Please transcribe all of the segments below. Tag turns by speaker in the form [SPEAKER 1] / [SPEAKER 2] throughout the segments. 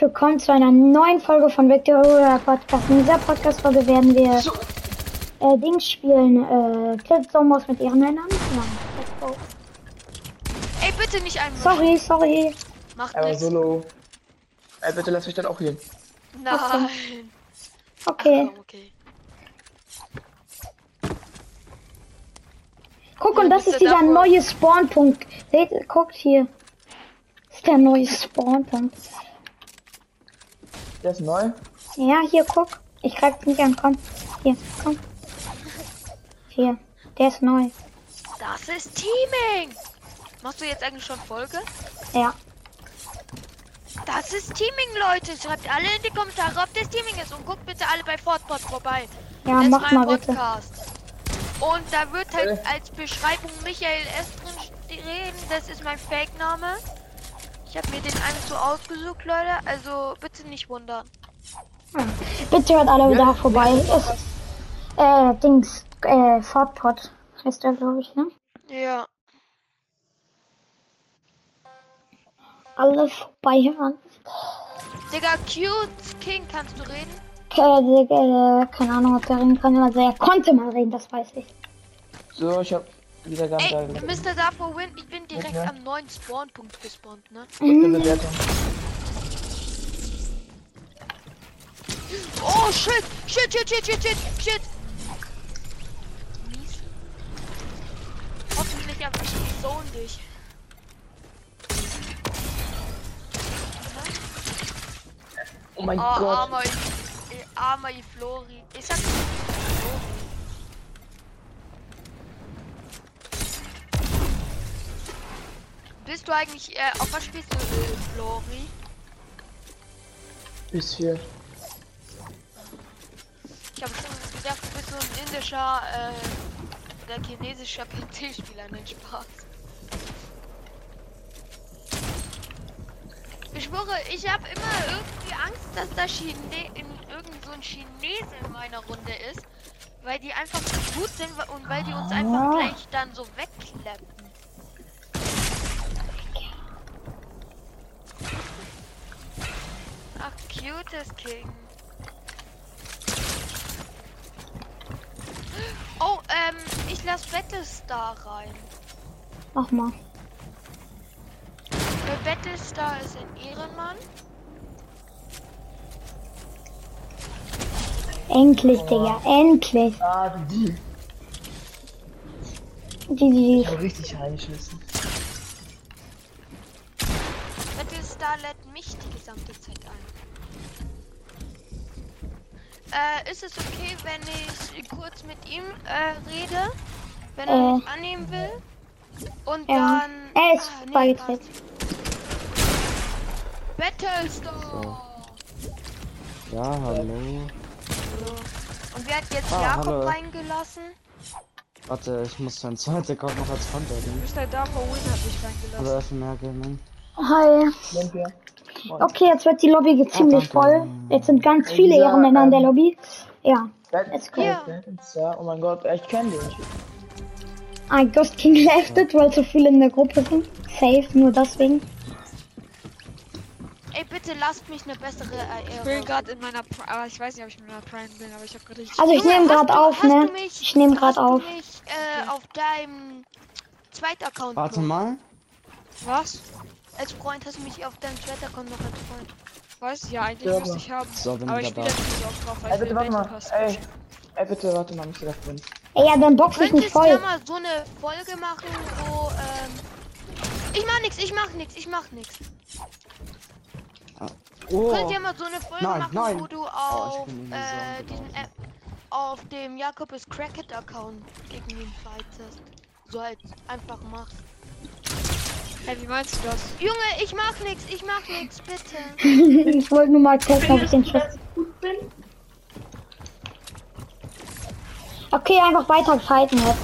[SPEAKER 1] willkommen zu einer neuen Folge von Victoria Podcast. In dieser Podcast-Folge werden wir
[SPEAKER 2] So,
[SPEAKER 1] äh, Dings spielen, äh, Kids mit ihren Männern. Ja, let's go.
[SPEAKER 3] Ey, bitte nicht einmal.
[SPEAKER 1] Sorry, sorry.
[SPEAKER 3] Macht
[SPEAKER 2] aber
[SPEAKER 3] nichts.
[SPEAKER 2] solo. Ey, bitte lass mich dann auch hier.
[SPEAKER 3] Nein.
[SPEAKER 1] Okay.
[SPEAKER 3] Komm, okay.
[SPEAKER 1] Guck, und das
[SPEAKER 3] Bist
[SPEAKER 1] ist
[SPEAKER 3] du
[SPEAKER 1] dieser
[SPEAKER 3] davor?
[SPEAKER 1] neue Spawnpunkt. Seht, ihr? guckt hier. Das ist der neue Spawnpunkt.
[SPEAKER 2] Der ist neu.
[SPEAKER 1] Ja, hier, guck. Ich greif's nicht an, komm. Hier, komm. Hier, der ist neu.
[SPEAKER 3] Das ist Teaming. Machst du jetzt eigentlich schon Folge?
[SPEAKER 1] Ja.
[SPEAKER 3] Das ist Teaming, Leute. Schreibt alle in die Kommentare, ob das Teaming ist. Und guckt bitte alle bei Fortpod vorbei.
[SPEAKER 1] Ja,
[SPEAKER 3] das
[SPEAKER 1] mach
[SPEAKER 3] ist mein
[SPEAKER 1] mal bitte.
[SPEAKER 3] Podcast. Und da wird halt
[SPEAKER 2] Äh.
[SPEAKER 3] als Beschreibung Michael S. drin reden. Das ist mein Fake-Name. Ich habe mir den einfach so ausgesucht, Leute. Also bitte nicht wundern.
[SPEAKER 1] Bitte hört alle da vorbei. Ist, äh, Dings, äh, Fortpot heißt er, glaube ich, ne?
[SPEAKER 3] Ja.
[SPEAKER 1] Alle vorbei hören.
[SPEAKER 3] Digga, Cute King, kannst du reden?
[SPEAKER 1] Äh, Digga, äh, keine Ahnung, ob der reden kann, also er konnte mal reden, das weiß ich.
[SPEAKER 2] So, ich hab wieder ganz
[SPEAKER 3] Ey,
[SPEAKER 2] geile
[SPEAKER 3] Mr. Darfur Win, ich bin direkt
[SPEAKER 2] Okay.
[SPEAKER 3] am neuen Spawnpunkt gespawnt, ne?
[SPEAKER 2] gute Bewertung.
[SPEAKER 3] Oh shit! Shit, shit, shit, shit, shit, shit! Mies. Hoffentlich erwischt die Zone dich.
[SPEAKER 2] Oh mein
[SPEAKER 3] Oh,
[SPEAKER 2] Gott.
[SPEAKER 3] armer, I- I- armer Iflori. Ich sag Iflori. Bist du eigentlich, äh, auf was spielst du, Iflori?
[SPEAKER 2] Bis hier.
[SPEAKER 3] Ich habe schon gedacht, du bist so ein indischer äh, oder chinesischer PC-Spieler, nein Spaß. Ich schwöre, ich habe immer irgendwie Angst, dass da Chine in, irgend so ein Chinese in meiner Runde ist, weil die einfach so gut sind wa- und weil die uns einfach gleich dann so wegklappen. Ach, cutes King. Oh, ähm, ich lass Battlestar rein.
[SPEAKER 1] Mach mal.
[SPEAKER 3] Weil Battlestar ist ein Ehrenmann.
[SPEAKER 1] Endlich, Digga, endlich.
[SPEAKER 2] Ah, die.
[SPEAKER 1] GG.
[SPEAKER 2] Ich hab richtig reingeschissen.
[SPEAKER 3] Battlestar lädt mich die gesamte Zeit ein. Äh, ist es okay, wenn ich kurz mit ihm äh, rede? Wenn er
[SPEAKER 1] Äh.
[SPEAKER 3] mich annehmen will? Und
[SPEAKER 1] Ja.
[SPEAKER 3] dann.
[SPEAKER 1] Ähm,
[SPEAKER 3] Ah,
[SPEAKER 1] Er ist beigetreten.
[SPEAKER 3] passt. Battlestar!
[SPEAKER 4] Ja, hallo.
[SPEAKER 3] Und wer hat jetzt
[SPEAKER 4] Ah,
[SPEAKER 3] Jakob
[SPEAKER 4] hallo.
[SPEAKER 3] reingelassen?
[SPEAKER 4] Warte, ich muss sein zweiter Account noch als Fund erwähnen.
[SPEAKER 5] Mr. Darko Win hat mich reingelassen.
[SPEAKER 4] Oder FMR Gaming.
[SPEAKER 1] Hi.
[SPEAKER 2] Lenk her.
[SPEAKER 1] Okay, jetzt wird die Lobby ge- ziemlich
[SPEAKER 4] Ah, danke.
[SPEAKER 1] voll. Jetzt sind ganz
[SPEAKER 2] Ey,
[SPEAKER 1] viele
[SPEAKER 2] dieser,
[SPEAKER 1] Ehrenmänner in der
[SPEAKER 2] ähm,
[SPEAKER 1] Lobby. Ja. Let's
[SPEAKER 2] Let's
[SPEAKER 1] go.
[SPEAKER 2] go.
[SPEAKER 3] Ja.
[SPEAKER 2] Ja, oh mein Gott, ey, ich kenn den.
[SPEAKER 1] I just King left it, weil zu viele in der Gruppe sind. Safe, nur deswegen.
[SPEAKER 3] Ey, bitte lasst mich eine bessere äh,
[SPEAKER 5] Ich
[SPEAKER 3] Erinnerung.
[SPEAKER 5] bin gerade in meiner Pri ah, ich weiß nicht, ob ich in meiner Prime bin, aber ich habe gerade richtig.
[SPEAKER 1] Also ich nehme gerade auf, ne? Ich nehme gerade auf.
[SPEAKER 3] Du mich, äh, auf deinem zweiten Account.
[SPEAKER 4] Warte
[SPEAKER 3] noch-
[SPEAKER 4] mal.
[SPEAKER 5] Was?
[SPEAKER 3] Als Freund hast du mich auf deinem zweiten Account noch als Freund.
[SPEAKER 5] Weiß ja, eigentlich
[SPEAKER 2] Ja,
[SPEAKER 5] müsste ich haben.
[SPEAKER 4] So, bin
[SPEAKER 5] aber
[SPEAKER 4] ich
[SPEAKER 5] ich spiele
[SPEAKER 4] dabei.
[SPEAKER 5] jetzt nicht so oft drauf, weil
[SPEAKER 2] Ey,
[SPEAKER 5] ich
[SPEAKER 2] bitte
[SPEAKER 5] will
[SPEAKER 2] warte mal.
[SPEAKER 5] Weltpass.
[SPEAKER 2] Ey. Ey, bitte warte mal, Mr. Dachwind.
[SPEAKER 1] Ey, ja, dann box ich nicht
[SPEAKER 3] Könntest du ja
[SPEAKER 1] voll.
[SPEAKER 3] mal so eine Folge machen, wo, ähm... Ich mach nix, ich mach nix, ich mach nix. Könnt
[SPEAKER 4] Oh,
[SPEAKER 3] ihr mal so eine Folge
[SPEAKER 4] Nein,
[SPEAKER 3] machen,
[SPEAKER 4] nein.
[SPEAKER 3] wo du auf,
[SPEAKER 4] bin in die
[SPEAKER 3] äh,
[SPEAKER 4] Sonne
[SPEAKER 3] diesen App, auf dem Jakobus Cracket Account gegen ihn fightest? So halt einfach machst.
[SPEAKER 5] Hey, wie meinst du das?
[SPEAKER 3] Junge, ich mach nix, ich mach nix, bitte.
[SPEAKER 1] Mhm, ich wollte nur mal testen, ob ich den Schuss. Okay, einfach weiter fighten jetzt.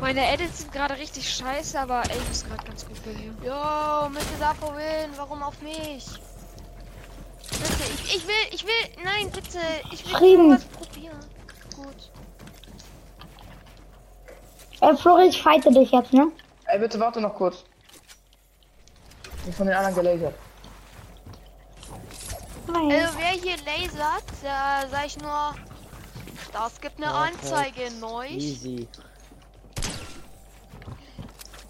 [SPEAKER 5] Meine Edits sind gerade richtig scheiße, aber ey, ich ist gerade ganz gut bei mir.
[SPEAKER 3] Yo, Mr. Dapovin, warum auf mich? Bitte, ich, ich will, ich will, nein, bitte, ich will
[SPEAKER 1] Frieden.
[SPEAKER 3] irgendwas probieren. Gut.
[SPEAKER 1] Äh, Flori, ich fighte dich jetzt, ne?
[SPEAKER 2] Ey, bitte warte noch kurz. Ich bin von den anderen gelasert.
[SPEAKER 1] Nein.
[SPEAKER 3] Also wer hier lasert, da sag ich nur, das gibt eine
[SPEAKER 4] Perfekt.
[SPEAKER 3] Anzeige neu.
[SPEAKER 4] Oh, Easy.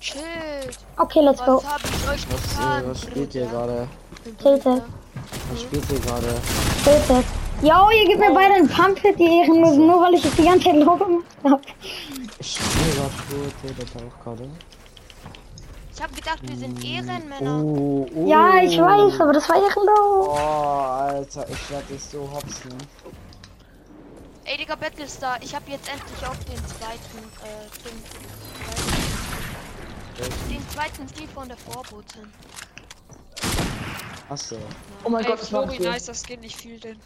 [SPEAKER 3] Chillt.
[SPEAKER 1] Okay, let's go.
[SPEAKER 3] Was hab ich euch
[SPEAKER 4] Was,
[SPEAKER 3] getan?
[SPEAKER 4] äh, was spielt ihr
[SPEAKER 3] Bruder?
[SPEAKER 4] gerade?
[SPEAKER 1] Tilted,
[SPEAKER 3] Hm?
[SPEAKER 4] Was spielt ihr gerade?
[SPEAKER 1] tilted. Jo, ihr gebt mir beide einen Pump-Hit, die Ehrenlosen, nur weil ich es die ganze Zeit low gemacht hab.
[SPEAKER 4] Ich spiele gerade Schule, das auch gerade.
[SPEAKER 3] Ich hab gedacht, wir sind Ehrenmänner.
[SPEAKER 4] Hm, Oh, oh.
[SPEAKER 1] Ja, ich weiß, aber das war ehrenlos.
[SPEAKER 4] Oh, Alter, ich werde dich so hopsen.
[SPEAKER 3] Ey, Digga, Battlestar, ich hab jetzt endlich auch den zweiten, äh, Ding. Den zweiten Stil von der Vorbotin.
[SPEAKER 4] Achso,
[SPEAKER 2] Oh mein
[SPEAKER 5] Ey,
[SPEAKER 2] Gott, das war
[SPEAKER 5] Flori,
[SPEAKER 2] nicht
[SPEAKER 5] nice, das Skin, ich fühl den.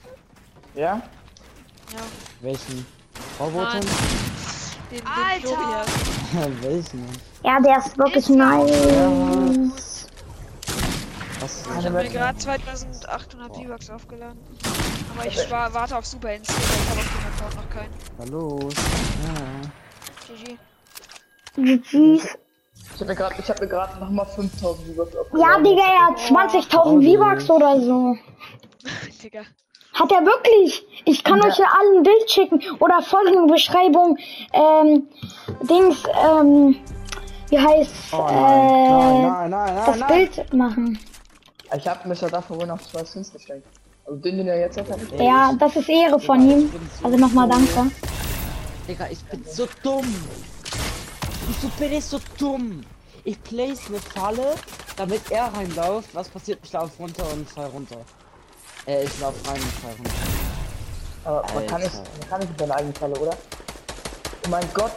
[SPEAKER 2] Ja?
[SPEAKER 4] welchen? Roboter?
[SPEAKER 5] Den, den
[SPEAKER 3] Alter!
[SPEAKER 5] Flori hat.
[SPEAKER 4] welchen?
[SPEAKER 1] Ja, der ist wirklich nice.
[SPEAKER 4] Was?
[SPEAKER 5] Ich
[SPEAKER 2] Alle
[SPEAKER 5] habe mir
[SPEAKER 2] Welt-
[SPEAKER 5] gerade 2800 V-Bucks aufgeladen. Aber ich war, warte auf Super NC, weil ich habe auf dem Account noch keinen.
[SPEAKER 4] Hallo? Ja.
[SPEAKER 3] GG.
[SPEAKER 1] GG's.
[SPEAKER 2] Ich hab mir gerade, ich hab mir gerade nochmal 5000 Uhr
[SPEAKER 1] Ja, Digga, er hat 20.000 V-Bucks oder so.
[SPEAKER 5] Digga.
[SPEAKER 1] Hat er wirklich? Ich kann euch ja allen ein Bild schicken oder folgende Beschreibung. Ähm, Dings, ähm, wie heißt,
[SPEAKER 4] Oh nein, nein,
[SPEAKER 1] äh,
[SPEAKER 4] nein, nein, nein,
[SPEAKER 1] das
[SPEAKER 4] nein.
[SPEAKER 1] Bild machen.
[SPEAKER 2] Ich hab Mr. Duffy wohl noch zwei Skins geschenkt. Also den, den er jetzt hat, hab ich.
[SPEAKER 4] Ey,
[SPEAKER 1] Ja, das ist Ehre von ihm. Also nochmal danke.
[SPEAKER 4] Digga, ich bin so dumm. Wieso bin ich so dumm? Ich place eine Falle, damit er reinläuft. Was passiert? Ich laufe runter und fall runter. Äh, ich lauf rein und fall runter.
[SPEAKER 2] Aber man kann nicht,
[SPEAKER 4] Alter.
[SPEAKER 2] man kann nicht mit seiner eigenen Falle, oder? Oh mein Gott,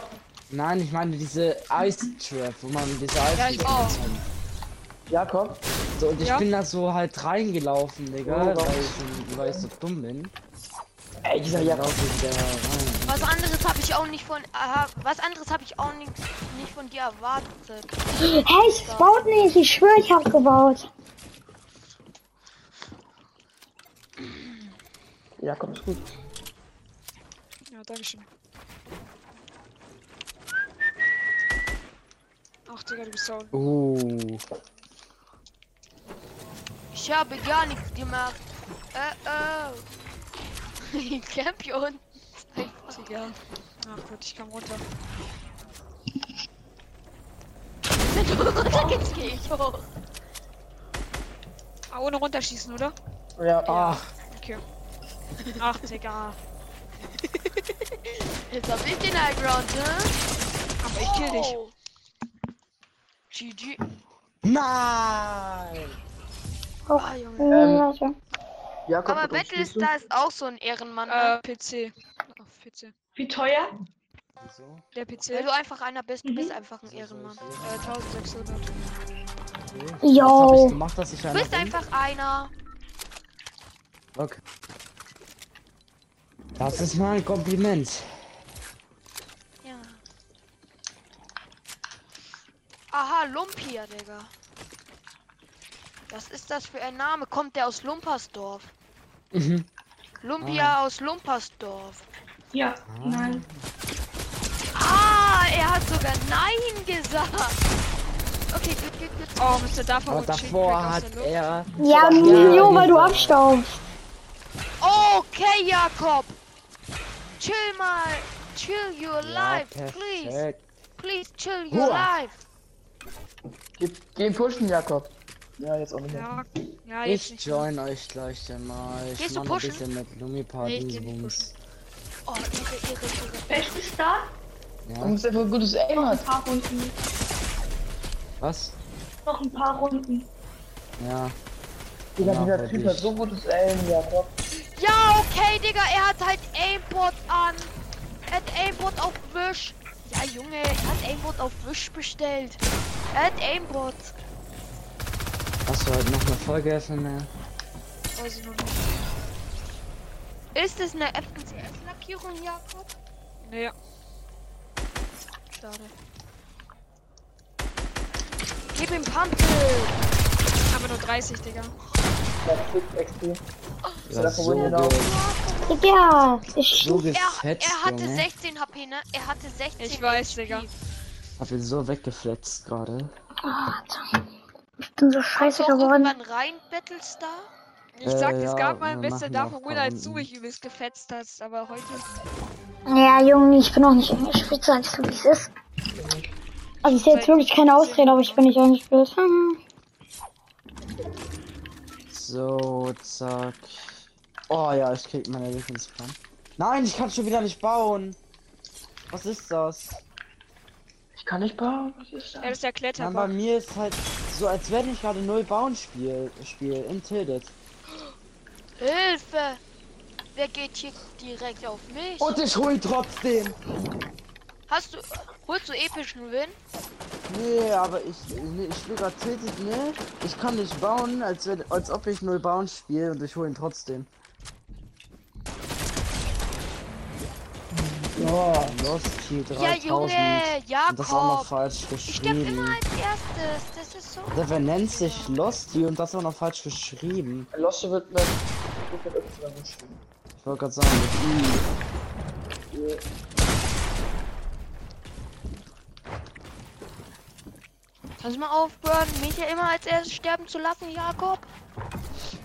[SPEAKER 4] Nein, ich meine diese Ice Trap, wo man diese Ice
[SPEAKER 5] Ja, ich
[SPEAKER 4] Trap
[SPEAKER 5] auch.
[SPEAKER 4] hat.
[SPEAKER 2] Jakob,
[SPEAKER 4] So, und ich
[SPEAKER 5] Ja.
[SPEAKER 4] bin da so halt reingelaufen, Digga,
[SPEAKER 2] Oh, wow.
[SPEAKER 4] weil, ich, weil ich so dumm bin.
[SPEAKER 2] ey, dieser
[SPEAKER 4] Dann
[SPEAKER 2] Jakob.
[SPEAKER 4] lauf ich da rein.
[SPEAKER 3] Was anderes habe ich auch nicht von, aha, was anderes habe ich auch nicht, nicht von dir erwartet.
[SPEAKER 1] Hey, ich baut nicht. Ich schwöre, ich hab gebaut.
[SPEAKER 2] Jakob ist gut.
[SPEAKER 5] Ja, dankeschön. Ach, Digga, du bist down.
[SPEAKER 2] Oh.
[SPEAKER 4] Uh,
[SPEAKER 3] Ich habe gar nichts gemacht. Äh, äh. Champion.
[SPEAKER 5] Digga. Ach gut, ich kam runter.
[SPEAKER 3] Wenn du runtergehst, geh ich hoch.
[SPEAKER 5] Ah, ohne runterschießen, oder?
[SPEAKER 2] Ja,
[SPEAKER 4] ach,
[SPEAKER 5] Ach, Digga.
[SPEAKER 3] Jetzt hab ich den Highground, ne?
[SPEAKER 5] Aber ich kill dich.
[SPEAKER 3] Oh, GG.
[SPEAKER 4] nein!
[SPEAKER 3] Ah,
[SPEAKER 1] Oh,
[SPEAKER 3] Junge.
[SPEAKER 2] Ähm,
[SPEAKER 1] Ja, ja.
[SPEAKER 2] Jakob,
[SPEAKER 3] Aber
[SPEAKER 2] mit uns spielst du?
[SPEAKER 3] Battlestar ist auch so ein Ehrenmann. ne?
[SPEAKER 5] Äh, PC. Auf PC.
[SPEAKER 6] Wie teuer?
[SPEAKER 4] Wieso?
[SPEAKER 5] Der Äh, PC.
[SPEAKER 3] Weil
[SPEAKER 5] Äh,
[SPEAKER 3] du einfach einer bist, du bist einfach ein Ehrenmann.
[SPEAKER 4] So, so, so.
[SPEAKER 5] 1600.
[SPEAKER 4] Was hab ich
[SPEAKER 1] Yo.
[SPEAKER 4] gemacht, dass ich
[SPEAKER 3] Du
[SPEAKER 4] einer
[SPEAKER 3] bist
[SPEAKER 4] bin?
[SPEAKER 3] einfach einer.
[SPEAKER 4] Okay. Das ist mal ein Kompliment.
[SPEAKER 3] Ja. Aha, Lumpia, Digga. Was ist das für ein Name? Kommt der aus Lumpersdorf?
[SPEAKER 4] Mhm.
[SPEAKER 3] Lumpia aus Lumpersdorf.
[SPEAKER 6] Ja, nein.
[SPEAKER 3] Ah, er hat sogar Nein gesagt. Okay, gut, gut, gut.
[SPEAKER 5] Oh, Mr. Daffer
[SPEAKER 4] Aber
[SPEAKER 5] und
[SPEAKER 4] davor
[SPEAKER 5] Schickcrack aus
[SPEAKER 4] hat
[SPEAKER 5] der Luft.
[SPEAKER 4] er.
[SPEAKER 1] Ja, Mio, weil du abstaubst.
[SPEAKER 3] Okay, Jakob. Chill mal. Chill your
[SPEAKER 4] Ja,
[SPEAKER 3] life, please.
[SPEAKER 4] perfekt.
[SPEAKER 3] Please chill your
[SPEAKER 4] Hua.
[SPEAKER 3] life.
[SPEAKER 2] Geh, geh ihn pushen, Jakob. Ja, jetzt auch nicht mehr.
[SPEAKER 5] Ja, ja, jetzt
[SPEAKER 4] Ich
[SPEAKER 5] nicht.
[SPEAKER 4] join euch gleich dann mal. Ich
[SPEAKER 3] Gehst du
[SPEAKER 4] mach ein
[SPEAKER 3] pushen?
[SPEAKER 4] bisschen mit Lumi
[SPEAKER 5] Nee,
[SPEAKER 4] Party
[SPEAKER 5] ich geh nicht
[SPEAKER 4] Bums.
[SPEAKER 3] Oh, irre, irre, irre.
[SPEAKER 6] Battlestar?
[SPEAKER 2] Du
[SPEAKER 4] Ja,
[SPEAKER 2] musst einfach ein gutes Aim
[SPEAKER 6] Noch
[SPEAKER 2] hat.
[SPEAKER 6] ein paar Runden.
[SPEAKER 4] was?
[SPEAKER 6] Noch ein paar Runden.
[SPEAKER 4] Ja.
[SPEAKER 2] Digga,
[SPEAKER 4] Ja,
[SPEAKER 2] dieser
[SPEAKER 4] halt
[SPEAKER 2] Typ
[SPEAKER 4] nicht.
[SPEAKER 2] hat so gutes Aim, Jakob.
[SPEAKER 3] Ja, okay, Digga, er hat halt Aimbot an. Er hat Aimbot auf Wisch. Ja, Junge, er hat Aimbot auf Wisch bestellt. Er hat Aimbot.
[SPEAKER 4] Hast du heute noch eine Folge FMR?
[SPEAKER 5] Weiß ich noch nicht.
[SPEAKER 3] Ist es eine FNCS-Lackierung, Jakob?
[SPEAKER 5] Naja.
[SPEAKER 3] Schade. Gib ihm Pumpe.
[SPEAKER 5] Aber nur 30, Digga.
[SPEAKER 2] Der kriegt XP.
[SPEAKER 4] Ja,
[SPEAKER 2] das
[SPEAKER 4] so,
[SPEAKER 2] wohl genau.
[SPEAKER 4] ge
[SPEAKER 1] Digga, ich
[SPEAKER 4] so
[SPEAKER 1] schieß.
[SPEAKER 3] Er,
[SPEAKER 4] gefetzt,
[SPEAKER 3] er hatte
[SPEAKER 4] Junge.
[SPEAKER 3] 16 HP, ne? Er hatte 16
[SPEAKER 5] Ich weiß, Digga.
[SPEAKER 4] Äh, Hab ihn so weggefletzt gerade.
[SPEAKER 1] Ich bin so scheiße
[SPEAKER 3] Ist auch
[SPEAKER 1] geworden.
[SPEAKER 3] irgendwann rein, Battlestar?
[SPEAKER 5] Ich
[SPEAKER 4] Äh,
[SPEAKER 5] sagte, es
[SPEAKER 4] ja,
[SPEAKER 5] gab mal ein
[SPEAKER 4] wir
[SPEAKER 5] Beste
[SPEAKER 4] machen
[SPEAKER 5] davon,
[SPEAKER 4] noch
[SPEAKER 5] Win, als du
[SPEAKER 4] Runden.
[SPEAKER 5] mich übelst gefetzt hast, aber heute.
[SPEAKER 1] Ja, Junge, ich bin auch nicht eingespielt, sag ich so, wie es ist. Also ist jetzt wirklich keine Ausrede, aber ich bin nicht eingespielt. Hm.
[SPEAKER 4] So, zack. Oh ja, ich krieg meine Defense Plan. Nein, ich kann schon wieder nicht bauen. Was ist das?
[SPEAKER 2] Ich kann nicht bauen, was ist
[SPEAKER 5] Er
[SPEAKER 2] das?
[SPEAKER 5] ist der
[SPEAKER 4] Nein, bei
[SPEAKER 5] Kletterbach.
[SPEAKER 4] mir ist halt so, als wenn ich gerade null bauen spiel, spiel in Tilted.
[SPEAKER 3] Hilfe! Wer geht hier direkt auf mich?
[SPEAKER 4] Und ich hol trotzdem.
[SPEAKER 3] Hast du. Holst du epischen Win?
[SPEAKER 4] Nee, aber ich, nee, ich spiel grad Tilted, ne? Ich kann nicht bauen, als, wenn, als ob ich null bauen spiel und ich hol ihn trotzdem.
[SPEAKER 2] Ja.
[SPEAKER 4] Lost Key 3000.
[SPEAKER 3] Ja, Junge!
[SPEAKER 4] Und das auch noch
[SPEAKER 3] Jakob!
[SPEAKER 4] falsch
[SPEAKER 3] Ich sterb immer
[SPEAKER 4] geschrieben.
[SPEAKER 3] als erstes. Das ist so.
[SPEAKER 4] Der wer nennt sich Losty und das auch noch falsch geschrieben.
[SPEAKER 2] Losse wird mit. wird mit Y geschrieben.
[SPEAKER 4] Ich wollte gerade sagen, mit I.
[SPEAKER 3] Kannst du mal aufhören, mich ja immer als erstes sterben zu lassen, Jakob?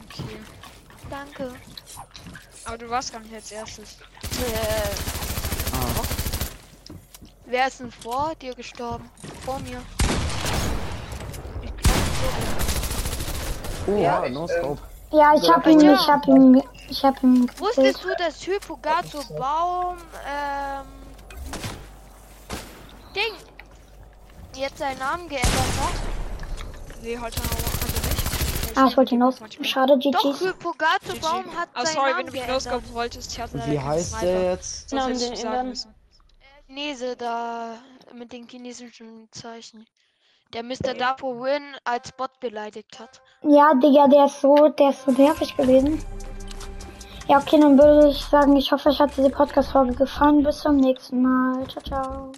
[SPEAKER 5] Okay.
[SPEAKER 3] Danke.
[SPEAKER 5] Aber du warst gar nicht als erstes.
[SPEAKER 3] Äh,
[SPEAKER 4] Ah,
[SPEAKER 3] wer ist denn vor dir gestorben? Vor mir.
[SPEAKER 5] Ich glaube,
[SPEAKER 4] oh,
[SPEAKER 2] Ja,
[SPEAKER 4] ja,
[SPEAKER 2] ich,
[SPEAKER 4] no
[SPEAKER 2] ähm,
[SPEAKER 4] scope.
[SPEAKER 1] Ja, ich hab ihn, ich hab ihn, ich hab ihn
[SPEAKER 3] Wusstest
[SPEAKER 1] gekillt.
[SPEAKER 3] du, dass Hypogato Baum, ähm, Ding, jetzt seinen Namen geändert hat?
[SPEAKER 5] nee, heute haben wir also nicht.
[SPEAKER 1] Ah, ich wollte ihn aus. Schade,
[SPEAKER 3] Doch,
[SPEAKER 1] GG's.
[SPEAKER 3] Hypogato
[SPEAKER 5] GG.
[SPEAKER 3] Baum hat
[SPEAKER 5] Ah,
[SPEAKER 3] seinen
[SPEAKER 5] sorry, wenn
[SPEAKER 3] Namen
[SPEAKER 5] du mich loskommen
[SPEAKER 3] geändert.
[SPEAKER 5] wolltest. Ich hatte
[SPEAKER 4] Und
[SPEAKER 5] leider
[SPEAKER 4] wie
[SPEAKER 5] keinen
[SPEAKER 4] heißt
[SPEAKER 5] Sniper.
[SPEAKER 4] der jetzt?
[SPEAKER 5] Sonst
[SPEAKER 7] Namen
[SPEAKER 5] hätte ich sagen
[SPEAKER 7] ändern?
[SPEAKER 5] müssen.
[SPEAKER 3] Chinese da, mit den chinesischen Zeichen. Der Mr. Dapo Win als Bot beleidigt hat.
[SPEAKER 1] Ja, Digga, der ist so, der ist so nervig gewesen. Ja, okay, dann würde ich sagen, ich hoffe, euch hat diese Podcast-Folge gefallen. Bis zum nächsten Mal. Ciao, ciao.